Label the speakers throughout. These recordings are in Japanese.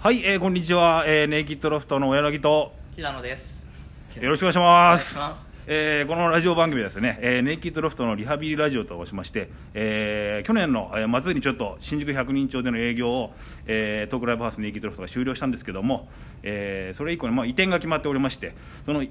Speaker 1: はい、えー、こんにちは、えー、ネイキッドロフトの柳と
Speaker 2: 平野です。
Speaker 1: よろしくお願いします
Speaker 2: お願いします
Speaker 1: えーこのラジオ番組はですね、えーネイキッドロフトのリハビリラジオとしまして、えー去年のえー末にちょっと新宿百人町での営業を、えートークライブハウスネイキッドロフトが終了したんですけども、えーそれ以降に、まあ、移転が決まっておりましてその移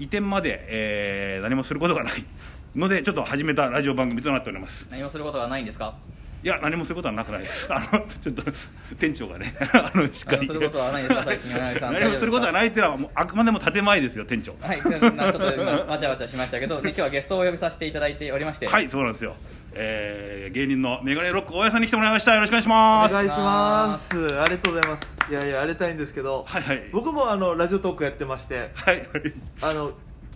Speaker 1: 転まで、えー何もすることがないのでちょっと始めたラジオ番組となっております
Speaker 2: 何もすることがないんですか。
Speaker 1: いや何もすることはなくないです あのちょっと店長がね あのしっかり
Speaker 2: 何もすることはないですか最近柳井さん
Speaker 1: 何もすることはないっていうのはもうあくまでも建前ですよ店長
Speaker 2: はい、ちょっと今ちょっと今わちゃわちゃしましたけど、で今日はゲストをお呼びさせていただいておりまして。
Speaker 1: はいそうなんですよ、えー、芸人のメガネロック大家さんに来てもらいましたよろしくお願いし
Speaker 3: お
Speaker 1: ます
Speaker 3: 願いしますありがとうございますいやいやありがたいんですけど、
Speaker 1: はいはい
Speaker 3: 僕もあのラジオトークやってまして
Speaker 1: はいはい
Speaker 3: あの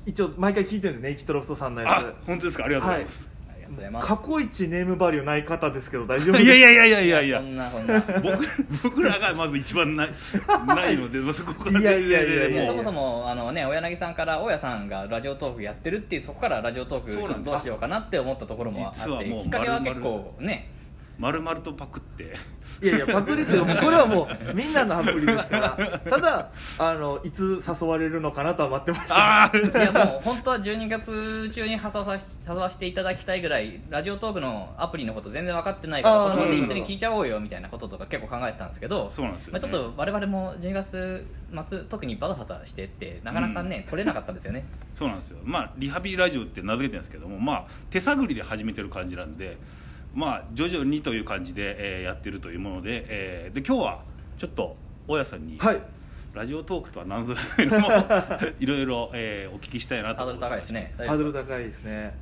Speaker 3: 一応毎回聞いてるんでねイキトロフトさんの
Speaker 1: あ
Speaker 3: や
Speaker 1: 本当ですかありがとうございます、
Speaker 2: ありがとうござい
Speaker 3: つ
Speaker 2: ます。
Speaker 3: 過去一ネームバリューない方ですけど大丈夫
Speaker 1: い、やい
Speaker 3: や
Speaker 1: やいやいやいやいや
Speaker 2: そんなそ んな。
Speaker 1: 僕僕らがまず一番ないないので、まあ、そこから
Speaker 3: いやいやいやい
Speaker 2: いや
Speaker 3: や
Speaker 1: も
Speaker 2: そうもそもあのね、小柳さんから大家さんがラジオトークやってるっていうそこからラジオトークち
Speaker 1: そう
Speaker 2: ょ
Speaker 1: な
Speaker 2: っ
Speaker 1: んで
Speaker 2: と
Speaker 1: す
Speaker 2: どうしようかなって思ったところもあって
Speaker 1: 実はもう
Speaker 2: きっかけは
Speaker 1: 丸
Speaker 2: 結
Speaker 1: 々
Speaker 2: 構ね
Speaker 1: 丸々とパクって
Speaker 3: いやいやパクリというかもうこれはもうみんなのアプリですからただあのいつ誘われるのかなとは待ってました
Speaker 1: ああ
Speaker 2: いやもう本当は12月中に挟さし挟させていただきたいぐらいラジオトークのアプリのこと全然分かってないから
Speaker 3: あー
Speaker 2: このままで一緒
Speaker 3: なる
Speaker 2: に
Speaker 3: ほど
Speaker 2: 聞いちゃおうよみたいなこととか結構考えてたんですけど
Speaker 1: そうなんですよ
Speaker 2: ま
Speaker 1: ね
Speaker 2: あ、ちょっと我々も12月末特にバタバタしてってなかなかね、取れなかったんですよね
Speaker 1: そうなんですよまあリハビリラジオって名付けてるんですけどもまあ手探りで始めてる感じなんでまあ徐々にという感じで、えーやってるというもので、えーで今日はちょっと大家さんに、
Speaker 3: はい
Speaker 1: ラジオトークとは何ぞやの もいろいろ、えーお聞きしたいなと
Speaker 2: ハード
Speaker 1: 思ってま
Speaker 2: ル高いですね
Speaker 3: ハードル高いですね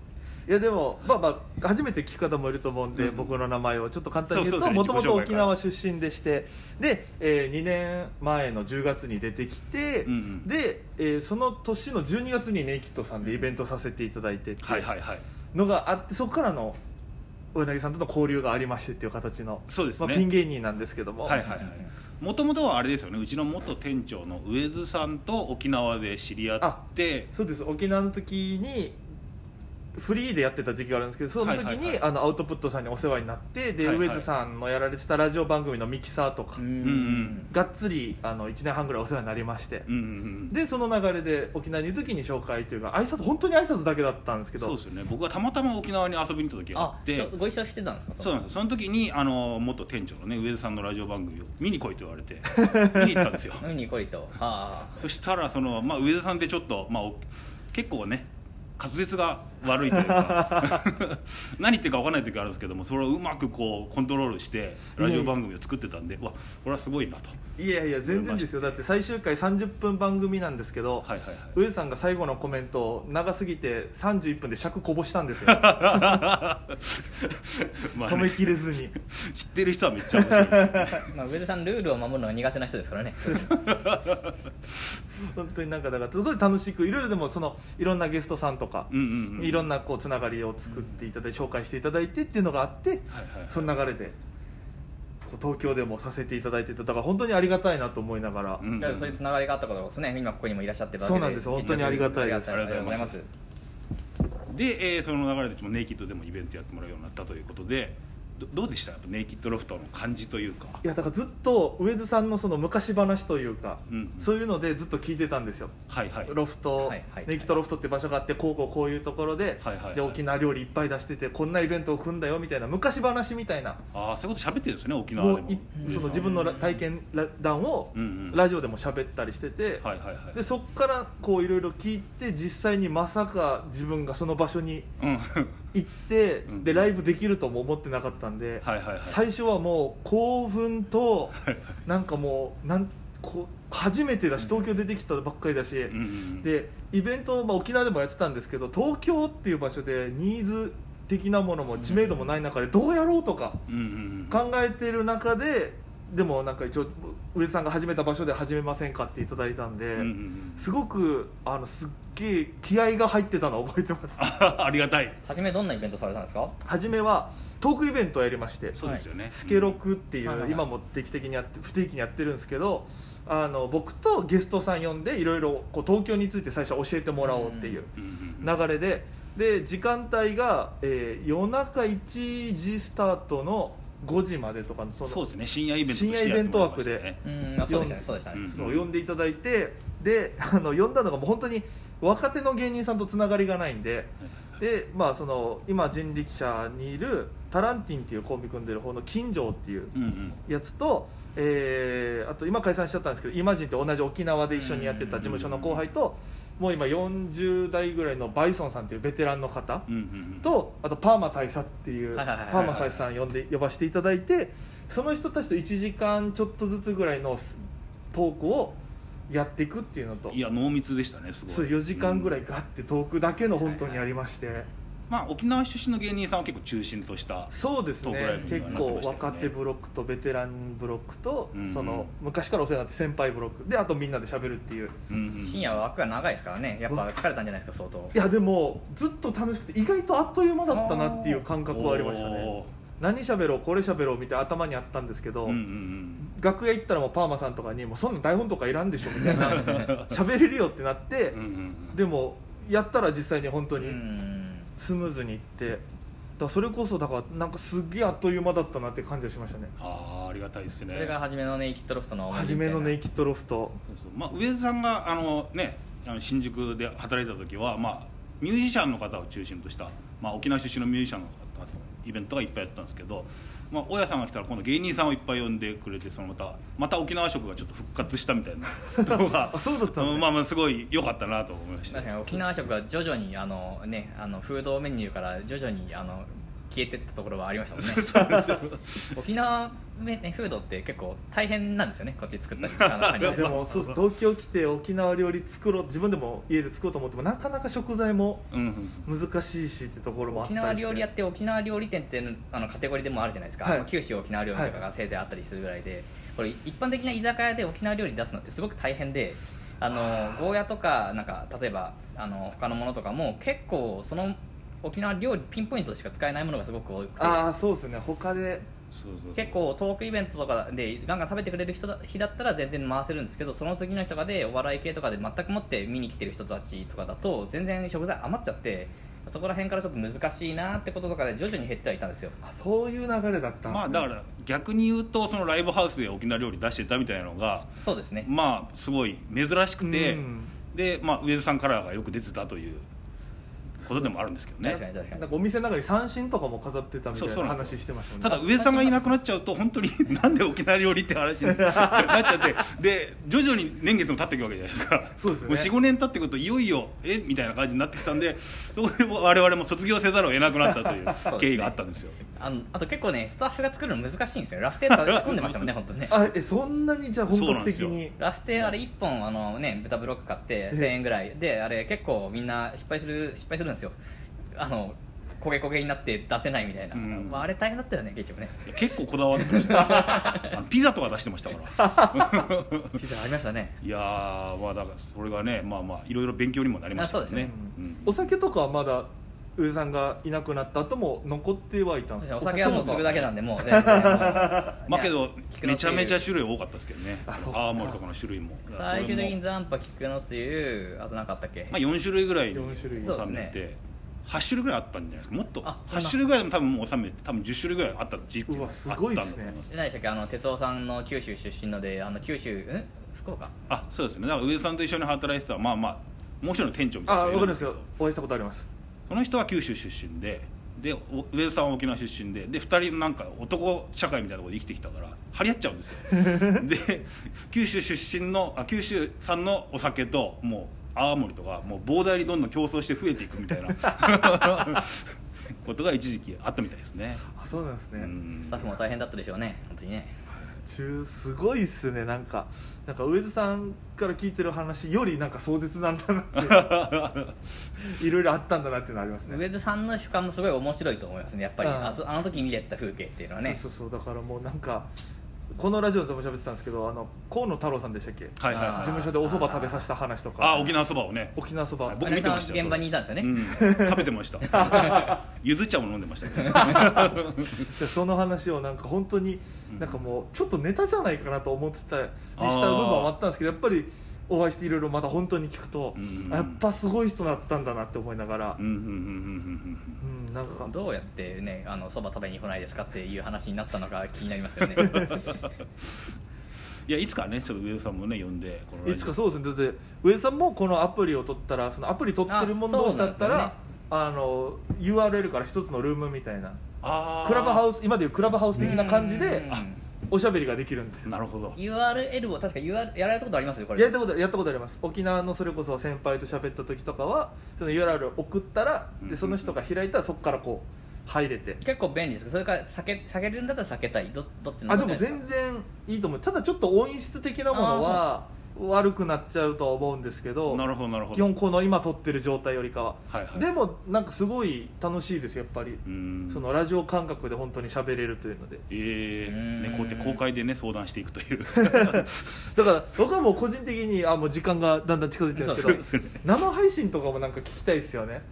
Speaker 3: いやでも、まあまあ、初めて聞く方もいると思うんで、
Speaker 1: うん
Speaker 3: 僕の名前をちょっと簡単に言う
Speaker 1: そ
Speaker 3: と
Speaker 1: うそう
Speaker 3: も
Speaker 1: そ
Speaker 3: と
Speaker 1: う
Speaker 3: も
Speaker 1: 自己
Speaker 3: と
Speaker 1: 紹介
Speaker 3: 沖縄出身でしてで、え2年前の10月に出てきて、
Speaker 1: うんうん
Speaker 3: で、えーその年の12月にネイキッドさんでイベントさせていただいてって
Speaker 1: はいいはいうはい
Speaker 3: のがあってそこからの大柳さんとの交流がありましてっていう形の
Speaker 1: そうですね
Speaker 3: まあ、ピン芸人なんですけども、
Speaker 1: はいはいはいもともとはあれですよねうちの元店長の上津さんと沖縄で知り合って
Speaker 3: そうです沖縄の時にフリーでやってた時期があるんですけどその時に、
Speaker 1: はいはいはい
Speaker 3: あのアウトプットさんにお世話になってで、
Speaker 1: はいはい
Speaker 3: 上津さんのやられてたラジオ番組のミキサーとか、
Speaker 2: うん
Speaker 1: ん
Speaker 3: がっつりあの1年半ぐらいお世話になりまして、
Speaker 1: うんうんうん
Speaker 3: でその流れで沖縄にいる時に紹介というか挨拶本当に挨拶だけだったんですけど
Speaker 1: そうですよね僕はたまたま沖縄に遊びに行った時があ
Speaker 2: あ
Speaker 1: っ
Speaker 2: ち
Speaker 1: て
Speaker 2: ょご一緒してたんですか
Speaker 1: そうなんですよその時にあの元店長のね上田さんのラジオ番組を見に来いと言われて 見に行ったんですよ
Speaker 2: 海にこりとあ
Speaker 1: そしたらその、まあ、上田さんってちょっと、まあ、お結構ね滑舌が悪いという か何言ってるか分かんない時があるんですけどもそれをうまくこうコントロールしてラジオ番組を作ってたんでうわこれはすごいなと
Speaker 3: いやいや全然ですよだって最終回30分番組なんですけど、
Speaker 1: はいはいはい
Speaker 3: 上津さんが最後のコメントを長すぎて31分で尺こぼしたんです よ止
Speaker 1: まあね
Speaker 3: めきれずに
Speaker 1: 知ってる人はめっちゃ面白 い
Speaker 2: あ、まあ、上田さんルー ルを守るのが苦手な人ですからね
Speaker 3: 本当になんかだからすごい楽しくいろいろでもそのいろんなゲストさんとか、
Speaker 1: うんうん、うん、
Speaker 3: いろんなこうつながりを作っていただいて紹介していただいてっていうのがあって、
Speaker 1: はいはいはい
Speaker 3: その流れでこう東京でもさせていただいててだから本当にありがたいなと思いながら、
Speaker 1: うんうん
Speaker 2: いやそういうつながりがあったことですね今ここにもいらっしゃってるわけ
Speaker 3: そうなんです本当にありがたいです
Speaker 2: ありがとうござ
Speaker 1: ありが
Speaker 2: い
Speaker 1: とうございま
Speaker 2: ますす
Speaker 1: で、えーその流れでもネイキッドでもイベントやってもらうようになったということでどどうでしたやっぱネイキッドロフトの感じというか
Speaker 3: いやだからずっと上津さんのその昔話というか、
Speaker 1: うんうん
Speaker 3: そういうのでずっと聞いてたんですよ
Speaker 1: はいはい
Speaker 3: ロフト、
Speaker 2: はいはい
Speaker 3: ネキトロフトって場所があってこうこうこういうところで,、
Speaker 1: はいはいはい
Speaker 3: で沖縄料理いっぱい出しててこんなイベントを組んだよみたいな昔話みたいな
Speaker 1: ああそういうこと喋ってるんですね沖
Speaker 3: も
Speaker 1: 縄
Speaker 3: う
Speaker 1: でも
Speaker 3: い
Speaker 1: 上
Speaker 3: そ
Speaker 1: さん
Speaker 3: の自分のら体験ら談を
Speaker 1: うんうん
Speaker 3: ラジオでも喋ったりしてて、
Speaker 1: はいはいはい
Speaker 3: でそこからこういろいろ聞いて実際にまさか自分がその場所に
Speaker 1: うんはい
Speaker 3: 行って、
Speaker 1: うん
Speaker 3: でライブできるとも思ってなかったんで、
Speaker 1: はいはい
Speaker 3: 最初はもう興奮と
Speaker 1: はい
Speaker 3: なんかもうなんこう初めてだし東京出てきたばっかりだし、
Speaker 1: うんうん
Speaker 3: でイベントを、まあ、沖縄でもやってたんですけど東京っていう場所でニーズ的なものも知名度もない中でどうやろうとか
Speaker 1: うんうん
Speaker 3: 考えている中ででもなんか一応上田さんが始めた場所で始めませんかっていただいたんで、
Speaker 1: うんうんうん
Speaker 3: すごくあのすっげえ気合が入ってたのを覚えてます
Speaker 1: あありがたい
Speaker 2: 初めどんなイベントされたんですか
Speaker 3: 初めはトークイベントをやりまして
Speaker 1: そうですよね
Speaker 3: スケロクっていう、
Speaker 2: はいはいはい
Speaker 3: 今も定期的にやって不定期にやってるんですけどあの僕とゲストさん呼んでいろいろこう東京について最初は教えてもらおうっていう
Speaker 1: うんうんうん
Speaker 3: 流れでで時間帯が、えー夜中1時スタートの5時までとかのその
Speaker 1: そうですね深夜イベントとしてやってもらいましたね
Speaker 2: うんあそうで
Speaker 3: 深夜イベント枠で
Speaker 2: したねそうでしたね、
Speaker 1: うん
Speaker 3: そう呼んでいただいてであの呼んだのがもう本当に若手の芸人さんとつながりがないんでで、まあ、その今人力車にいるタランティンっていうコンビ組んでる方の金城っていう
Speaker 1: うんうん
Speaker 3: やつと、えーあと今解散しちゃったんですけどイマジンって同じ沖縄で一緒にやってた事務所の後輩ともう今40代ぐらいのバイソンさんっていうベテランの方
Speaker 1: うんうんうん
Speaker 3: とあとパーマ大佐っていうパ
Speaker 2: はいはいはいはい
Speaker 3: ーマ大佐さん呼んで呼ばせていただいてその人たちと1時間ちょっとずつぐらいのすトークをやっていくっていうのと
Speaker 1: いや濃密でしたねすごい
Speaker 3: そう4時間ぐら
Speaker 1: う
Speaker 3: い
Speaker 1: ん
Speaker 3: ガッてトークだけの本当にありまして、
Speaker 1: まあ沖縄出身の芸人さんは結構中心とした
Speaker 3: そうです
Speaker 1: トークライ
Speaker 3: ね
Speaker 1: ブ
Speaker 3: 結
Speaker 1: になって
Speaker 3: 構
Speaker 1: ましたよね
Speaker 3: 若手ブロックとベテランブロックと、
Speaker 1: うん
Speaker 3: その昔からお世話になって先輩ブロックであとみんなで喋るっていう
Speaker 1: うんうん
Speaker 2: 深夜は枠が長いですからねやっぱ疲れたんじゃないですか相当
Speaker 3: いやでもずっと楽しくて意外とあっという間だったなっていう感覚はありましたね
Speaker 1: お
Speaker 3: 何喋ろうこれ喋ろうみたいな頭にあったんですけど、
Speaker 1: ーうんうん
Speaker 3: 楽屋行ったらもうパーマさんとかに「もうそんな台本とかいらんでしょ」みたいな 喋れるよってなって、
Speaker 1: うんうんうん
Speaker 3: でもやったら実際に本当
Speaker 2: う
Speaker 3: に
Speaker 2: ん
Speaker 3: スムーズにいって、だからそれこそだからなんかすっげえあっという間だったなって感じがしましたね
Speaker 1: ああありがたいですね
Speaker 2: それが初めのネイキッドロフトの思い出
Speaker 3: 初
Speaker 2: みたい
Speaker 3: め
Speaker 2: な
Speaker 3: のネイキッドロフト
Speaker 1: そうそうまあ、上田さんがあの、ね、あの新宿で働いてた時は、まあ、ミュージシャンの方を中心とした、まあ、沖縄出身のミュージシャンの方のイベントがいっぱいやってたんですけど、まあ、大家さんが来たら今度芸人さんをいっぱい呼んでくれてそのまたまた沖縄食がちょっと復活したみたいなとこが
Speaker 3: あそうだったのね
Speaker 1: うんまあまあすごい良かったなと思いました
Speaker 2: 確かに沖縄食が徐々にあのねあのフードメニューから徐々にあの消えてったところはありました もんね
Speaker 1: そうなんですよ
Speaker 2: 沖縄め、ね、フードって結構大変なんですよねこっち作ったりあの他
Speaker 3: い や
Speaker 2: 人
Speaker 3: でもそうそう東京来て沖縄料理作ろう自分でも家で作ろうと思ってもなかなか食材も
Speaker 1: うんうん
Speaker 3: 難しいしってところもあっ
Speaker 2: 沖
Speaker 3: たりして
Speaker 2: 縄料理屋って沖縄料理店ってあのカテゴリーでもあるじゃないですか、
Speaker 3: はい
Speaker 2: まあ九州沖縄料理とかがせいぜいあったりするぐらいで、これ一般的な居酒屋で沖縄料理出すのってすごく大変であのゴーヤとかなんか例えばあの他のものとかも結構その沖縄料理ピンポイントでしか使えないものがすごく多くて
Speaker 3: ああそうですね他で
Speaker 1: そうそうそう
Speaker 2: 結構トークイベントとかでガンガン食べてくれる人だ日だったら全然回せるんですけどその次の人がでお笑い系とかで全くもって見に来てる人たちとかだと全然食材余っちゃってそこら辺からちょっと難しいなってこととかで徐々に減ってはいたんですよ
Speaker 3: あそういう流れだったんです、ね、
Speaker 1: まあだから逆に言うとそのライブハウスで沖縄料理出してたみたいなのが
Speaker 2: そうですね
Speaker 1: まあすごい珍しくて、
Speaker 3: うん
Speaker 1: で、まあ、上田さんカラーがよく出てたということでもあるんですけど
Speaker 2: 確かに
Speaker 1: ね
Speaker 2: 確かに
Speaker 3: なんかお店の中に三振とかも飾ってたみたい
Speaker 1: そうそ
Speaker 3: な
Speaker 1: うなんです
Speaker 3: 話
Speaker 1: よ
Speaker 3: してました
Speaker 1: ただ
Speaker 3: ね
Speaker 1: 上田さんがいなくなっちゃうと本当に なんで沖縄料理って話に なっちゃってで徐々に年月も経っていくわけじゃないですか
Speaker 3: そうですね
Speaker 1: も45年経ってくるといよいよえみたいな感じになってきたんでそこで我々も卒業せざるを得なくなったとい
Speaker 2: そうです
Speaker 1: う
Speaker 2: ね
Speaker 1: 経緯があったんですよ
Speaker 2: あのあと結構ねスタッフが作るの難しいんですよラフテーとか仕込んでましたもんね本当ね
Speaker 3: あえそんなにじゃあ本格的
Speaker 1: そうなん
Speaker 3: に
Speaker 2: ラフテーあれ1本あの、ね、豚ブロック買って
Speaker 3: え
Speaker 2: 1000円ぐらいであれ結構みんな失敗する失敗するんですよあの焦げ焦げになって出せないみたいな、
Speaker 1: うん
Speaker 2: まあ、あれ大変だったよね結局ね
Speaker 1: 結構こだわってましたねあのピザとか出してましたから
Speaker 2: ピザありましたね
Speaker 1: いやーまあだからそれがねまあまあいろいろ勉強にもなりましたよ
Speaker 2: あそうですね
Speaker 1: うん
Speaker 3: お酒とかはまだ上田さんがいなくなった後も残ってはいたんですか
Speaker 2: お酒はもう
Speaker 3: お
Speaker 2: 継ぐだけなんでもう全然
Speaker 1: まあけど
Speaker 2: 菊の
Speaker 1: めちゃめちゃ
Speaker 2: つゆ
Speaker 1: 種類多かったですけどね
Speaker 3: あそっか
Speaker 1: アーモルとかの種類も
Speaker 2: 最終的に
Speaker 1: それも
Speaker 2: 残波菊のつゆあと何かあったっけ、
Speaker 1: まあ、4種類ぐらいに
Speaker 3: 4種類
Speaker 2: そうで
Speaker 1: 収
Speaker 2: す
Speaker 1: め
Speaker 2: ね
Speaker 1: て8種類ぐらいあったんじゃないですかもっと
Speaker 2: あそんな
Speaker 1: 8種類ぐらいでも多分もう収めて多分10種類ぐらいあった時期
Speaker 3: うわすごいっすね
Speaker 1: あったんだと思います
Speaker 2: で何でしたっけあの哲夫さんの九州出身のであの九州ん福岡
Speaker 1: あそうですねだから上田さんと一緒に働いてたまあまあもう一人の店長みたいな
Speaker 3: あ
Speaker 1: 人
Speaker 3: 分
Speaker 1: いん
Speaker 3: かりま
Speaker 1: ですすけど
Speaker 3: よお会いしたことあります
Speaker 1: その人は九州出身ででお上田さんは沖縄出身でで2人なんか男社会みたいなところで生きてきたから張り合っちゃうん ですよで九州出身のあ九州産のお酒ともう泡盛とかもう膨大にどんどん競争して増えていくみたい なことが一時期あったみたいですね
Speaker 3: あそうなんです
Speaker 1: う
Speaker 3: ね、
Speaker 1: ん
Speaker 2: スタッフも大変だったでしょうね本当にね
Speaker 3: 中すごいっすねなんかなんか上田さんから聞いてる話よりなんか壮絶なんだなっていろいろあったんだなっていうのありますね
Speaker 2: 上津さんの主観もすごい面白いと思いますねやっぱり
Speaker 3: うん
Speaker 2: あそあの時見れた風景っていうのはね
Speaker 3: そうそうそうだからもうなんかこのラジオでも喋ってたんですけどあの河野太郎さんでしたっけ事
Speaker 1: はいはい
Speaker 2: あー
Speaker 1: はい
Speaker 3: 務所でお蕎麦食べさせた話とか
Speaker 1: あ沖縄そばをね
Speaker 3: 沖縄そば
Speaker 1: 僕見てましたよ
Speaker 2: あれさ現場にいたんですよね、
Speaker 1: うん、食べてました ゆず茶も飲んでましたけど
Speaker 3: でその話をなんか本当に
Speaker 1: うん
Speaker 3: なんかもうちょっとネタじゃないかなと思ってたりした
Speaker 1: あー
Speaker 3: 部分もあったんですけどやっぱりお会いしていろいろまた本当に聞くと、
Speaker 1: うん
Speaker 3: やっぱすごい人だったんだなって思いながら
Speaker 1: うん、うんうんうん
Speaker 3: うんなんか
Speaker 2: どうやってねあのそば食べに来ないですかっていう話になったのが気になりますよ ね
Speaker 1: いやいつかねちょっと上田さんもね呼んでこのラジオ
Speaker 3: いつかそうですねだって上さんもこのアプリを取ったらそのアプリ取ってるもの同士だったらあ、の URL から一つのルームみたいな
Speaker 1: あー
Speaker 3: クラブハウス今でいうクラブハウス的な感じで
Speaker 2: うん
Speaker 3: あおしゃべりができるんですよ
Speaker 1: なるほど
Speaker 2: URL を確か UR やられたことありますよこれ
Speaker 3: やったことやったことあります沖縄のそれこそ先輩と喋った時とかはその URL を送ったら
Speaker 1: うんうんうん
Speaker 3: でその人が開いたらそこからこう入れて
Speaker 2: 結構便利ですそれから避け避けるんだったら避けたいどどっちな
Speaker 3: あ
Speaker 2: ん
Speaker 3: で
Speaker 2: だろう
Speaker 3: も全然いいと思うただちょっと音質的なものは悪くなっちゃうとは思うんですけど
Speaker 1: なるほどなるほど
Speaker 3: 基本この今撮ってる状態よりかは
Speaker 1: はいはい
Speaker 3: でもなんかすごい楽しいですよやっぱり
Speaker 1: うん
Speaker 3: そのラジオ感覚で本当に喋れるというので
Speaker 1: えーね、
Speaker 2: うん
Speaker 1: こうやって公開でね相談していくという
Speaker 3: だから僕はもう個人的にあもう時間がだんだん近づいてるんですけど
Speaker 1: そうです
Speaker 3: 生配信とかもなんか聞きたいですよね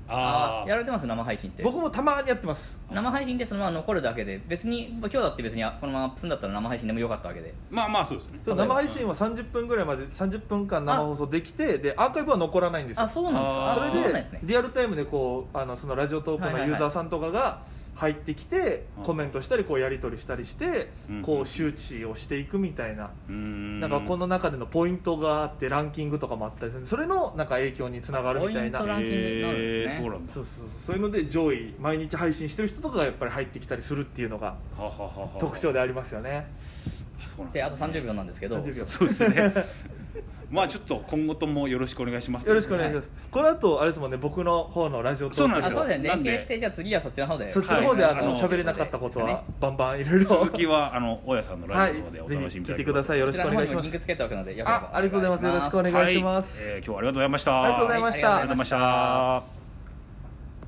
Speaker 1: あ
Speaker 2: あー
Speaker 1: ー
Speaker 2: やられてます生配信って
Speaker 3: 僕もたまにやってます
Speaker 2: 生配信でそのまま残るだけで別に今日だって別にこのままアップするんだったら生配信でもよかったわけで
Speaker 1: まあまあそうですね
Speaker 3: そう
Speaker 2: 例え
Speaker 3: 生
Speaker 2: ば
Speaker 3: 配信は30分ぐらいまで30分間生放送できてでアーカイブは残らないんですよ
Speaker 2: あそうなんですか
Speaker 1: あ
Speaker 3: そ
Speaker 1: ー
Speaker 3: れ
Speaker 2: あそうなん
Speaker 3: です
Speaker 2: ね
Speaker 3: リアルタイムでこうあのそのラジオトーク
Speaker 2: はいは
Speaker 3: の
Speaker 2: いはい
Speaker 3: ユーザーさんとかが入ってきて
Speaker 1: うん
Speaker 3: コメントしたりこうやり取りしたりして
Speaker 1: うん
Speaker 3: こう周知をしていくみたいな
Speaker 1: うん
Speaker 3: なんかこの中でのポイントがあってランキングとかもあったりするそれのなんか影響につながるみたいな
Speaker 2: ポイントランキングになるんです
Speaker 1: え
Speaker 2: ね
Speaker 1: ーそうなんだ
Speaker 3: そうそうそうそういうので上位毎日配信してる人とかがやっぱり入ってきたりするっていうのが
Speaker 1: はははは
Speaker 3: 特徴でありますよね
Speaker 1: あそうなん
Speaker 2: で
Speaker 1: ね
Speaker 2: あと30秒なんですけど
Speaker 3: 30秒
Speaker 1: そうですね。 まあちょっと今後ともよろしくお願いします。
Speaker 3: よろしくお願いします、この後あれですもんね僕の方のラジオトーク
Speaker 1: そうなん
Speaker 2: あ
Speaker 1: ですよ
Speaker 2: そうですね
Speaker 1: なん
Speaker 2: 連
Speaker 1: で
Speaker 2: 携してじゃあ次はそっちの方で
Speaker 3: そっちの方で
Speaker 1: はい
Speaker 3: あの
Speaker 1: あの
Speaker 3: 喋れなかったこと
Speaker 2: ね
Speaker 3: はバンバンいろいろ
Speaker 1: 続きはあの大家さんのラ
Speaker 3: は
Speaker 1: ジ
Speaker 3: い
Speaker 1: オの方でお
Speaker 3: ぜ
Speaker 1: 楽し
Speaker 3: ひ
Speaker 1: みい
Speaker 3: 聞
Speaker 1: た
Speaker 3: い
Speaker 1: だけ
Speaker 3: てく
Speaker 1: れば
Speaker 3: ださいよろしくお願いし
Speaker 2: こちらの方にも
Speaker 3: ま
Speaker 2: リン
Speaker 3: す
Speaker 2: クつけておくのでよければ
Speaker 3: あありがとうございますよろしくお
Speaker 1: は
Speaker 3: 願いします、
Speaker 1: えー今日はありがとうございました。
Speaker 3: ありがとうございました
Speaker 1: ありがとうございました。